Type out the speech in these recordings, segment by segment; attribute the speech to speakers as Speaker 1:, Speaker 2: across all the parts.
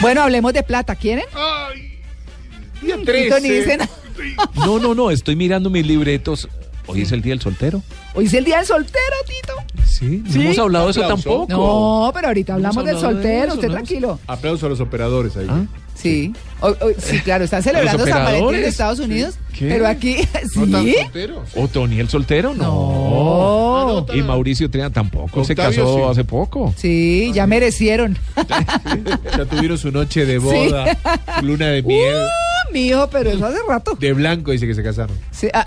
Speaker 1: Bueno, hablemos de plata, ¿quieren?
Speaker 2: Ay, día
Speaker 1: Tito ni dice
Speaker 2: 13.
Speaker 1: nada.
Speaker 3: No, no, no, estoy mirando mis libretos. Hoy es el día del soltero.
Speaker 1: Hoy es el día del soltero, Tito.
Speaker 3: Sí, no hemos hablado de eso
Speaker 2: aplauso.
Speaker 3: tampoco.
Speaker 1: No, pero ahorita hablamos del
Speaker 3: hablado de
Speaker 1: soltero,
Speaker 3: eso,
Speaker 1: usted
Speaker 3: ¿no?
Speaker 1: tranquilo.
Speaker 2: Aplauso a los operadores ahí.
Speaker 1: Sí. Hoy- hoy- sí, claro, están celebrando San Valentín en
Speaker 3: operadores?
Speaker 1: Estados Unidos,
Speaker 3: ¿Qué?
Speaker 1: pero aquí
Speaker 2: ¿No tan
Speaker 1: sí.
Speaker 2: solteros?
Speaker 3: ¿O Tony el soltero? No.
Speaker 1: Oh,
Speaker 3: Y Mauricio Triana tampoco. se
Speaker 2: Octavio,
Speaker 3: casó
Speaker 2: sí.
Speaker 3: hace poco.
Speaker 1: sí, ya merecieron.
Speaker 2: Ya tuvieron su noche de boda, su luna de miel,
Speaker 1: Uh, mi hijo, pero eso hace rato.
Speaker 2: de blanco dice que se casaron.
Speaker 1: Sí, ah.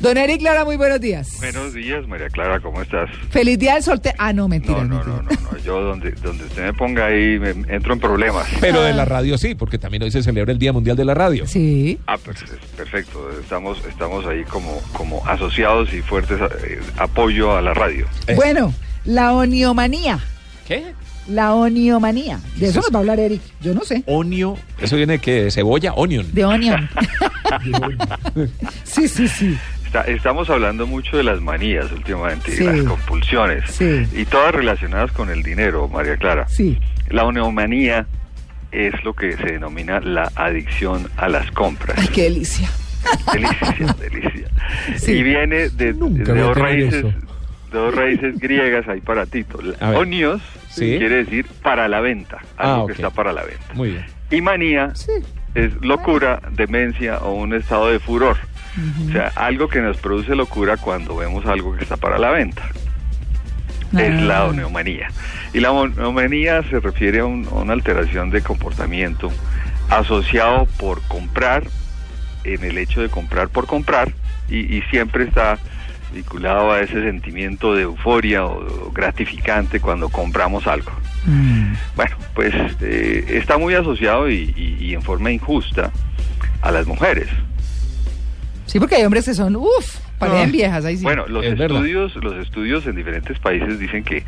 Speaker 1: Don Eric Lara, muy buenos días.
Speaker 4: Buenos días, María Clara, ¿cómo estás?
Speaker 1: Feliz día del soltero. Ah, no, mentira.
Speaker 4: No, no,
Speaker 1: mentira.
Speaker 4: no, no, no. Yo donde, donde usted me ponga ahí me entro en problemas.
Speaker 3: Pero de la radio sí, porque también hoy se celebra el Día Mundial de la Radio.
Speaker 1: Pues Sí.
Speaker 4: Ah, per- perfecto. Estamos, estamos ahí como, como asociados y fuertes eh, apoyo a la radio.
Speaker 1: Bueno, la oniomanía.
Speaker 3: ¿Qué?
Speaker 1: La oniomanía. De eso nos va a hablar Eric. Yo no sé.
Speaker 3: Onio. ¿Eso viene de qué? ¿De cebolla? Onion.
Speaker 1: De onion. sí, sí, sí.
Speaker 4: Está- estamos hablando mucho de las manías últimamente, y
Speaker 1: Sí.
Speaker 4: las compulsiones.
Speaker 1: Sí.
Speaker 4: Y todas relacionadas con el dinero, María Clara.
Speaker 1: Sí.
Speaker 4: La oneomanía es lo que se denomina la adicción a las compras.
Speaker 1: Ay, qué delicia.
Speaker 4: Delicia, delicia.
Speaker 1: Sí.
Speaker 4: Y viene de,
Speaker 2: Nunca
Speaker 4: de
Speaker 2: voy a
Speaker 4: dos
Speaker 2: tener
Speaker 4: raíces,
Speaker 2: eso.
Speaker 4: dos raíces griegas ahí para Tito.
Speaker 3: A ver.
Speaker 4: Onios
Speaker 3: Sí.
Speaker 4: quiere decir para la venta, algo
Speaker 3: Ah, ok.
Speaker 4: que está para la venta.
Speaker 3: Muy bien.
Speaker 4: Y manía
Speaker 1: Sí.
Speaker 4: es locura, demencia o un estado de furor. O sea, algo que nos produce locura cuando vemos algo que está para la venta. Es la
Speaker 1: Ah.
Speaker 4: oneomanía. Y la oneomanía se refiere a, un- a una alteración de comportamiento asociado por comprar, en el hecho de comprar por comprar, y, y siempre está vinculado a ese sentimiento de euforia o, o gratificante cuando compramos algo. Bueno, pues eh, está muy asociado y- y- y en forma injusta a las mujeres.
Speaker 1: Sí, porque hay hombres que son, uff,
Speaker 3: Ah.
Speaker 1: parecen viejas. Ahí sí.
Speaker 4: Bueno, los
Speaker 3: Es verdad.
Speaker 4: estudios, los estudios en diferentes países dicen que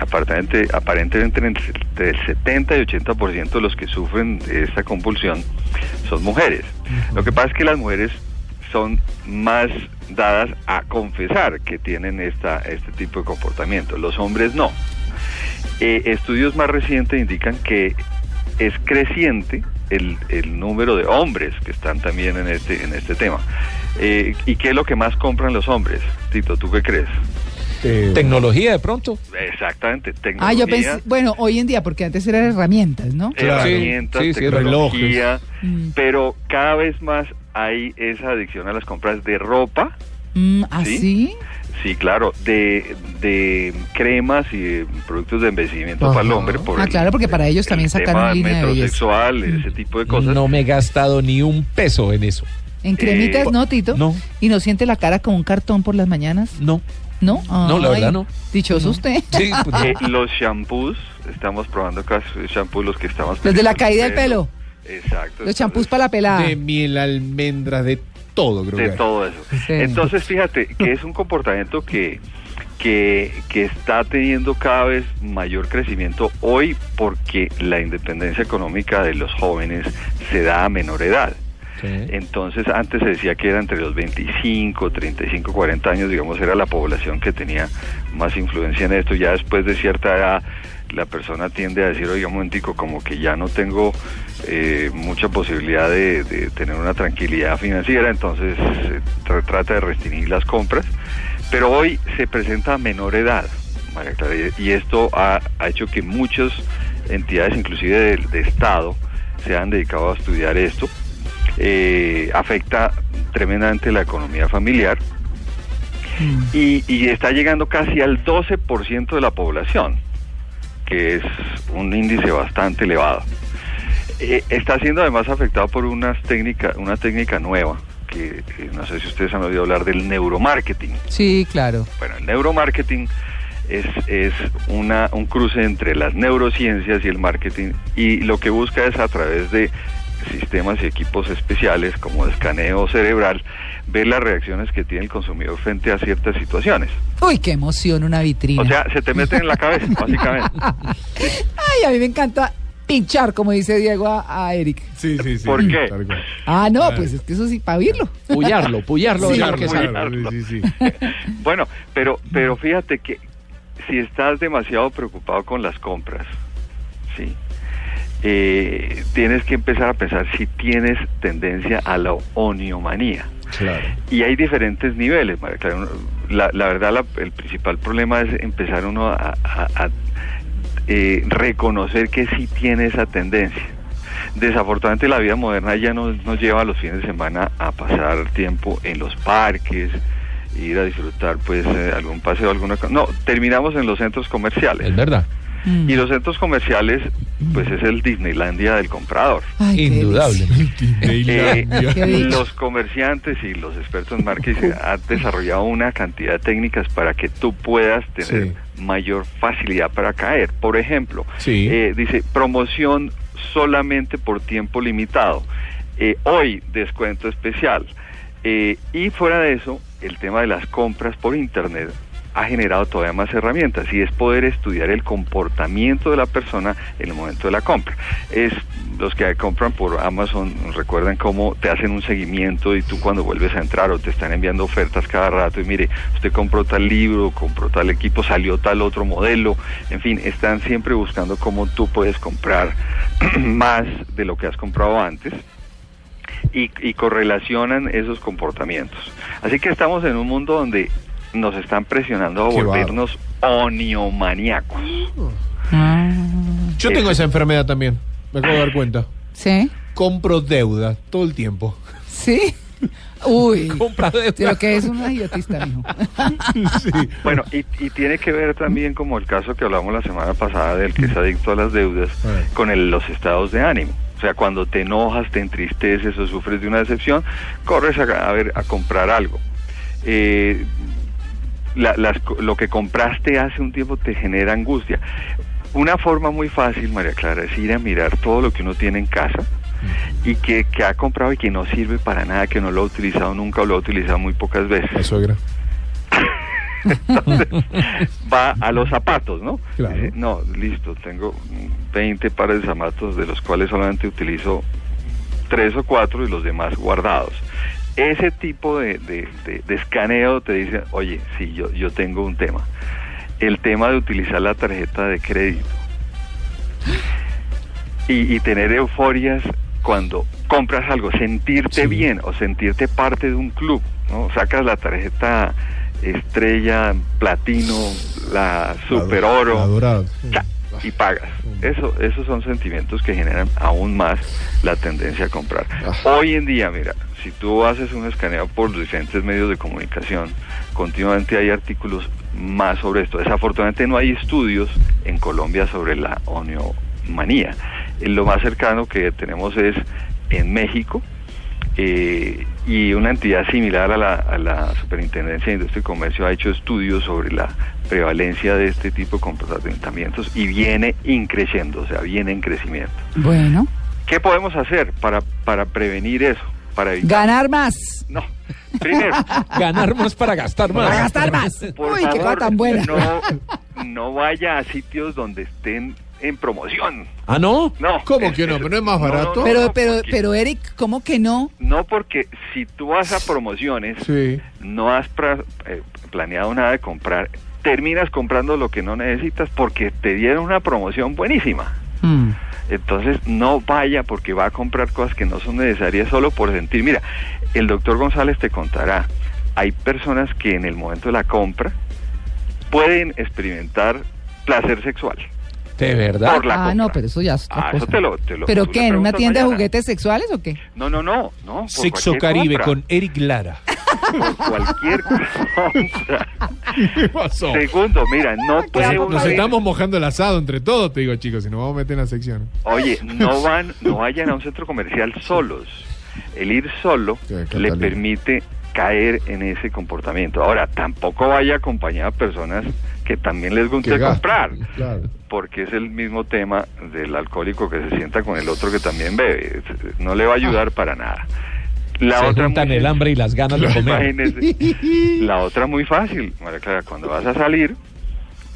Speaker 4: aparentemente, aparentemente entre el- entre el 70 y 80% de los que sufren de esta compulsión son mujeres. Lo que pasa es que las mujeres son más dadas a confesar que tienen esta, este tipo de comportamiento, los hombres no. Eh, estudios más recientes indican que es creciente el, el número de hombres que están también en este, en este tema. Eh, ¿Y qué es lo que más compran los hombres? Tito, ¿tú qué crees?
Speaker 2: Eh,
Speaker 3: Tecnología de pronto.
Speaker 4: Exactamente, tecnología,
Speaker 1: ah, yo pensé, bueno, hoy en día, porque antes eran herramientas, ¿no?
Speaker 4: Eh,
Speaker 3: Claro.
Speaker 4: herramientas,
Speaker 3: Sí, sí, sí,
Speaker 4: tecnología,
Speaker 1: Mm.
Speaker 4: pero cada vez más hay esa adicción a las compras de ropa,
Speaker 1: Mm, ¿Ah,
Speaker 4: Sí.
Speaker 1: sí?
Speaker 4: sí, claro, de, de cremas y de productos de envejecimiento para el hombre. Por
Speaker 1: Ah,
Speaker 4: el-
Speaker 1: claro, porque para ellos
Speaker 4: el
Speaker 1: también sacaron
Speaker 4: tema
Speaker 1: línea de belleza. Mm.
Speaker 4: metrosexual, ese tipo de cosas.
Speaker 3: No me he gastado ni un peso en eso.
Speaker 1: ¿En cremitas,
Speaker 4: Eh,
Speaker 1: no, Tito?
Speaker 3: no.
Speaker 1: ¿Y no siente la cara con un cartón por las mañanas?
Speaker 3: No.
Speaker 1: ¿No?
Speaker 3: No, la
Speaker 1: Ay,
Speaker 3: verdad no.
Speaker 1: Dichoso usted.
Speaker 3: Sí, pues, no.
Speaker 4: Eh, los shampoos, estamos probando cas- shampoos los que estamos...
Speaker 1: Los de la
Speaker 4: peleando
Speaker 1: caída
Speaker 4: el
Speaker 1: del pelo.
Speaker 4: Exacto.
Speaker 1: Los champús
Speaker 4: entonces,
Speaker 1: para la pelada.
Speaker 2: de miel, almendras, de todo, creo que
Speaker 4: Ah. De
Speaker 2: hay.
Speaker 4: todo eso.
Speaker 1: Sí.
Speaker 4: Entonces, fíjate que es un comportamiento que, que, que está teniendo cada vez mayor crecimiento hoy porque la independencia económica de los jóvenes se da a menor edad.
Speaker 3: Sí.
Speaker 4: Entonces, antes se decía que era entre los 25, 35, 40 años, digamos, era la población que tenía más influencia en esto. Ya después de cierta edad, la persona tiende a decir, oiga, un momentico, como que ya no tengo eh, mucha posibilidad de, de tener una tranquilidad financiera, entonces se tra- trata de restringir las compras. Pero hoy se presenta a menor edad, María Clara, y- y esto ha, ha hecho que muchas entidades, inclusive del de Estado, se han dedicado a estudiar esto eh, afecta tremendamente la economía familiar y, y está llegando casi al 12% de la población, que es un índice bastante elevado. Eh, está siendo además afectado por unas técnica, una técnica nueva, que eh, no sé si ustedes han oído hablar del neuromarketing.
Speaker 1: Sí, claro.
Speaker 4: Bueno, el neuromarketing es, es una, un cruce entre las neurociencias y el marketing y lo que busca es a través de sistemas y equipos especiales como escaneo cerebral ver las reacciones que tiene el consumidor frente a ciertas situaciones.
Speaker 1: Uy, qué emoción una vitrina.
Speaker 4: O sea, se te meten en la cabeza, básicamente.
Speaker 1: Ay, a mí me encanta pinchar, como dice Diego a, a Eric.
Speaker 2: Sí, sí, sí.
Speaker 4: ¿Por qué?
Speaker 2: Tal cual.
Speaker 1: Ah, no, pues es que eso sí, para oírlo.
Speaker 3: Pullarlo, pullarlo.
Speaker 1: Sí,
Speaker 2: Claro,
Speaker 3: señor Quesada.
Speaker 2: claro, sí, sí, sí.
Speaker 4: Bueno, pero, pero fíjate que si estás demasiado preocupado con las compras, ¿sí? Eh, tienes que empezar a pensar si tienes tendencia a la oniomanía.
Speaker 3: Claro.
Speaker 4: Y hay diferentes niveles, María Clara. Uno- La, la verdad, la- el principal problema es empezar uno a, a- a, eh, reconocer que sí tiene esa tendencia. Desafortunadamente la vida moderna ya nos, nos lleva a los fines de semana a pasar tiempo en los parques, ir a disfrutar pues eh, algún paseo, alguna cosa. No, terminamos en los centros comerciales.
Speaker 3: Es verdad.
Speaker 1: Mm.
Speaker 4: Y los centros comerciales pues es el Disneylandia del comprador.
Speaker 1: Ay, qué
Speaker 3: Indudable.
Speaker 4: Eh,
Speaker 2: Disneylandia.
Speaker 1: Qué dicho.
Speaker 4: los comerciantes y los expertos en marketing han desarrollado una cantidad de técnicas para que tú puedas tener mayor facilidad para caer. Por ejemplo,
Speaker 2: Sí.
Speaker 4: eh, dice promoción solamente por tiempo limitado. Eh, hoy descuento especial. Eh, y fuera de eso, el tema de las compras por Internet ha generado todavía más herramientas y es poder estudiar el comportamiento de la persona en el momento de la compra. Es los que compran por Amazon recuerdan cómo te hacen un seguimiento y tú cuando vuelves a entrar o te están enviando ofertas cada rato y mire, usted compró tal libro, compró tal equipo, salió tal otro modelo, en fin, están siempre buscando cómo tú puedes comprar más de lo que has comprado antes y, y correlacionan esos comportamientos. Así que estamos en un mundo donde nos están presionando a
Speaker 2: Qué bárbaro.
Speaker 4: volvernos oniomaníacos. Ah.
Speaker 2: Yo tengo esa enfermedad también. Me acabo de dar cuenta.
Speaker 1: ¿Sí?
Speaker 2: Compro deuda todo el tiempo.
Speaker 1: ¿Sí? Uy,
Speaker 3: Compra de-
Speaker 1: pero que es una idiotista, mijo.
Speaker 4: Bueno, y, y tiene que ver también como el caso que hablamos la semana pasada del que es adicto a las deudas
Speaker 2: A ver.
Speaker 4: con el- los estados de ánimo. O sea, cuando te enojas, te entristeces o sufres de una decepción, corres a, a ver a comprar algo. Eh, la- las co- lo que compraste hace un tiempo te genera angustia. Una forma muy fácil, María Clara, es ir a mirar todo lo que uno tiene en casa y que, que ha comprado y que no sirve para nada, que no lo ha utilizado nunca o lo ha utilizado muy pocas veces.
Speaker 2: La suegra.
Speaker 4: va a los zapatos, ¿no?
Speaker 2: Claro.
Speaker 4: Dice, no, listo, tengo mm, 20 pares de zapatos de los cuales solamente utilizo tres o cuatro y los demás guardados. Ese tipo de, de- de- de escaneo te dice, oye, sí, yo, yo tengo un tema. El tema de utilizar la tarjeta de crédito y, y tener euforias cuando compras algo, sentirte bien o sentirte parte de un club, ¿no? Sacas la tarjeta estrella, platino, la super oro
Speaker 2: La dorada.
Speaker 4: cha, y pagas. Eso, esos son sentimientos que generan aún más la tendencia a comprar. Hoy en día, mira, si tú haces un escaneo por diferentes medios de comunicación, continuamente hay artículos más sobre esto. Desafortunadamente no hay estudios en Colombia sobre la oniomanía. Eh, Lo más cercano que tenemos es en México, eh, y una entidad similar a la, a la Superintendencia de Industria y Comercio ha hecho estudios sobre la prevalencia de este tipo de comportamientos y viene increciendo, o sea, viene en crecimiento.
Speaker 1: Bueno,
Speaker 4: ¿Qué podemos hacer para, para prevenir eso? Para evitar...
Speaker 1: ganar más.
Speaker 4: No, primero,
Speaker 3: Ganar más para gastar más.
Speaker 1: Para gastar más.
Speaker 4: por
Speaker 1: Uy, qué cosa
Speaker 4: favor,
Speaker 1: tan buena.
Speaker 4: No, no vaya a sitios donde estén en promoción.
Speaker 3: Ah, no.
Speaker 4: No.
Speaker 2: ¿Cómo que no? ¿Pero no es más barato?
Speaker 1: Pero, pero,
Speaker 4: porque-
Speaker 1: pero, Eric, ¿cómo que no?
Speaker 4: No, porque si tú vas a promociones,
Speaker 2: Sí.
Speaker 4: no has pra- eh, planeado nada de comprar, terminas comprando lo que no necesitas porque te dieron una promoción buenísima.
Speaker 1: Ah,
Speaker 4: Entonces no vaya porque va a comprar cosas que no son necesarias solo por sentir. Mira, el doctor González te contará, hay personas que en el momento de la compra pueden experimentar placer sexual.
Speaker 3: De verdad.
Speaker 4: Por la
Speaker 1: ah,
Speaker 4: compra.
Speaker 1: no, pero eso ya es otra
Speaker 4: Ah, eso
Speaker 1: cosa.
Speaker 4: te lo- te lo-
Speaker 1: ¿Pero
Speaker 4: tú
Speaker 1: qué?
Speaker 4: le
Speaker 1: ¿En una
Speaker 4: preguntas
Speaker 1: tienda de
Speaker 4: mañana.
Speaker 1: juguetes sexuales o qué?
Speaker 4: No, no, no, no. por
Speaker 3: Sexo
Speaker 4: cualquier
Speaker 3: Caribe
Speaker 4: compra,
Speaker 3: con Eric Lara.
Speaker 4: por cualquier compra.
Speaker 2: ¿Qué pasó?
Speaker 4: Segundo, mira, no puede uno
Speaker 2: Nos
Speaker 4: ir-
Speaker 2: estamos mojando el asado entre todos, te digo, chicos, si nos vamos a meter en la sección.
Speaker 4: Oye, no van, no vayan a un centro comercial solos. El ir solo
Speaker 2: Sí,
Speaker 4: le
Speaker 2: Catalina.
Speaker 4: permite caer en ese comportamiento. Ahora, tampoco vaya acompañado de personas que también les gusta
Speaker 5: Que gasten,
Speaker 4: comprar,
Speaker 5: claro.
Speaker 4: porque es el mismo tema del alcohólico que se sienta con el otro que también bebe, Es- no le va a ayudar para nada. La
Speaker 3: Se
Speaker 4: otra
Speaker 3: juntan
Speaker 4: muy-
Speaker 3: el hambre y las ganas de comer.
Speaker 4: Imagínese. La otra muy fácil, María Clara, cuando vas a salir,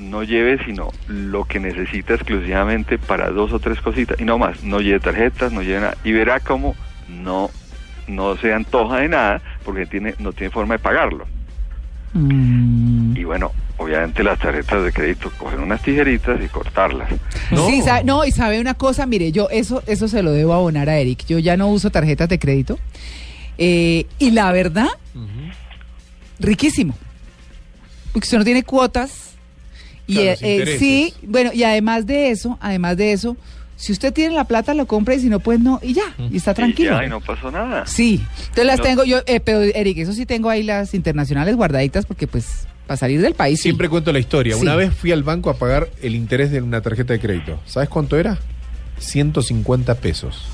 Speaker 4: no lleves sino lo que necesita exclusivamente para dos o tres cositas, y no más, no lleve tarjetas, no lleve nada, y verá cómo no, no se antoja de nada, porque tiene, no tiene forma de pagarlo. Y bueno, obviamente las tarjetas de crédito, coger unas tijeritas y cortarlas.
Speaker 3: No.
Speaker 1: Sí, sabe- no, y sabe una cosa, mire, yo eso, eso se lo debo abonar a Eric. Yo ya no uso tarjetas de crédito. Eh, y la verdad, riquísimo. Porque usted no tiene cuotas. Y
Speaker 2: Claro, los
Speaker 1: eh, eh, sí, bueno, y además de eso, además de eso, si usted tiene la plata, lo compra y si no, pues no, y ya, y está tranquilo.
Speaker 4: Y ya, y no pasó nada.
Speaker 1: Sí, entonces las
Speaker 4: No.
Speaker 1: tengo yo, eh, pero Eric, eso sí tengo ahí las internacionales guardaditas porque pues para salir del país. sí.
Speaker 2: Siempre cuento la historia.
Speaker 1: Sí.
Speaker 2: Una vez fui al banco a pagar el interés de una tarjeta de crédito. ¿Sabes cuánto era? 150 pesos.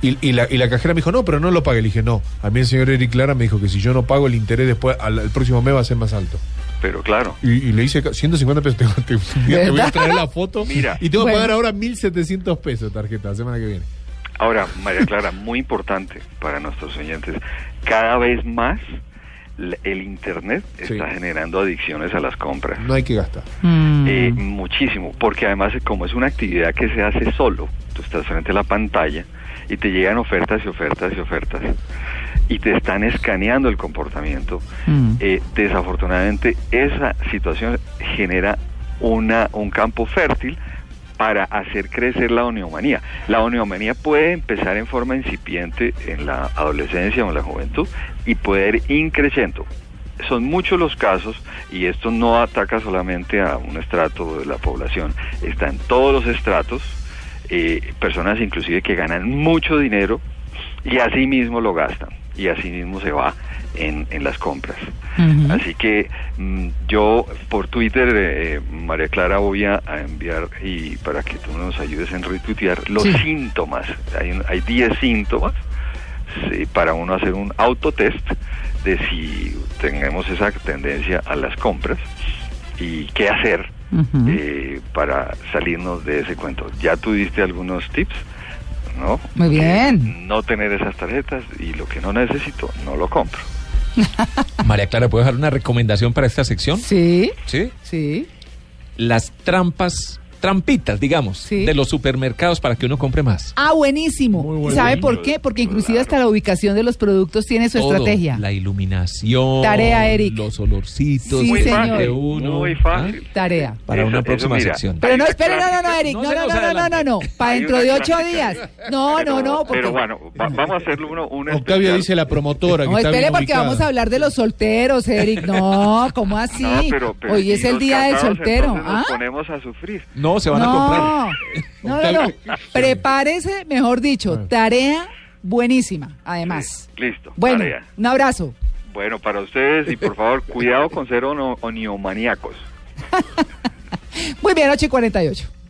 Speaker 2: Y, y la, y la cajera me dijo, no, pero no lo pague. Le dije, no. A mí el señor Eric Clara me dijo que si yo no pago el interés después, al, al próximo mes va a ser más alto.
Speaker 4: Pero claro,
Speaker 2: Y, y le hice ca- 150 pesos. Tengo- te, un día te voy a traer la foto.
Speaker 4: Mira.
Speaker 2: Y tengo
Speaker 1: Bueno.
Speaker 2: que pagar ahora 1.700 pesos de tarjeta la semana que viene.
Speaker 4: Ahora, María Clara, muy importante para nuestros oyentes, cada vez más l- el Internet
Speaker 2: Sí.
Speaker 4: está generando adicciones a las compras.
Speaker 2: No hay que gastar.
Speaker 1: Mm.
Speaker 4: Eh, muchísimo, porque además eh, como es una actividad que se hace solo, tú estás frente a la pantalla y te llegan ofertas y ofertas y ofertas y te están escaneando el comportamiento, eh, desafortunadamente esa situación genera una, un campo fértil para hacer crecer la oniomanía. La oniomanía puede empezar en forma incipiente en la adolescencia o en la juventud y puede ir increciendo son muchos los casos y esto no ataca solamente a un estrato de la población, está en todos los estratos, eh, personas inclusive que ganan mucho dinero y así mismo lo gastan y así mismo se va en, en las compras. Así que mm, yo por Twitter, eh, María Clara, voy a a enviar y para que tú nos ayudes en retuitear los
Speaker 1: Sí.
Speaker 4: síntomas. Hay un- hay 10 síntomas sí, para uno hacer un autotest de si tenemos esa tendencia a las compras y qué hacer eh, para salirnos de ese cuento. Ya tú diste algunos tips, ¿no?
Speaker 1: Muy bien.
Speaker 4: Que No tener esas tarjetas y lo que no necesito, no lo compro.
Speaker 3: María Clara, ¿puedo dejar una recomendación para esta sección?
Speaker 1: Sí,
Speaker 3: Sí.
Speaker 1: sí.
Speaker 3: Las trampas, trampitas, digamos,
Speaker 1: Sí.
Speaker 3: de los supermercados para que uno compre más.
Speaker 1: Ah, buenísimo.
Speaker 2: Muy bueno.
Speaker 1: ¿Sabe por qué? Porque inclusive
Speaker 4: Claro.
Speaker 1: hasta la ubicación de los productos tiene su
Speaker 3: Todo,
Speaker 1: estrategia.
Speaker 3: La iluminación.
Speaker 1: Tarea, Eric.
Speaker 3: Los olorcitos.
Speaker 1: Sí,
Speaker 3: de-
Speaker 4: muy
Speaker 1: señor.
Speaker 3: de
Speaker 4: fácil,
Speaker 3: uno,
Speaker 4: muy
Speaker 3: ¿ah?
Speaker 4: fácil.
Speaker 1: Tarea.
Speaker 3: Para
Speaker 4: Eso-
Speaker 3: una
Speaker 4: eso
Speaker 3: próxima
Speaker 4: mira.
Speaker 3: sección.
Speaker 1: Pero no,
Speaker 4: Hay una
Speaker 1: espere, no, no, no,
Speaker 4: clásica-
Speaker 1: Eric.
Speaker 3: No
Speaker 1: No,
Speaker 3: se
Speaker 1: no,
Speaker 3: nos
Speaker 1: no, no, no,
Speaker 3: adelante.
Speaker 1: no. Para
Speaker 4: Hay
Speaker 1: dentro
Speaker 4: una
Speaker 1: de ocho
Speaker 4: clásica.
Speaker 1: días. No,
Speaker 4: Pero-
Speaker 1: no, no. Porque...
Speaker 4: Pero bueno, va- vamos a hacerlo uno. un
Speaker 2: Octavia
Speaker 4: especial.
Speaker 2: dice la promotora que
Speaker 1: No,
Speaker 2: está
Speaker 1: espere,
Speaker 2: bien
Speaker 1: porque
Speaker 2: ubicada.
Speaker 1: vamos a hablar de los solteros, Eric. No, ¿cómo así?
Speaker 4: No, pero- pero
Speaker 1: Hoy
Speaker 4: si
Speaker 1: es el
Speaker 4: los
Speaker 1: día del
Speaker 4: casados,
Speaker 1: soltero.
Speaker 4: entonces
Speaker 1: ¿Ah?
Speaker 4: Nos ponemos a sufrir.
Speaker 3: No, se van a comprar.
Speaker 1: No, no, no, no. Prepárese, mejor dicho, tarea buenísima, además.
Speaker 4: Sí, listo,
Speaker 1: Bueno,
Speaker 4: tarea.
Speaker 1: un abrazo.
Speaker 4: Bueno, para ustedes y por favor, cuidado con ser ono- oniomaníacos.
Speaker 1: Muy bien, 8 y 48.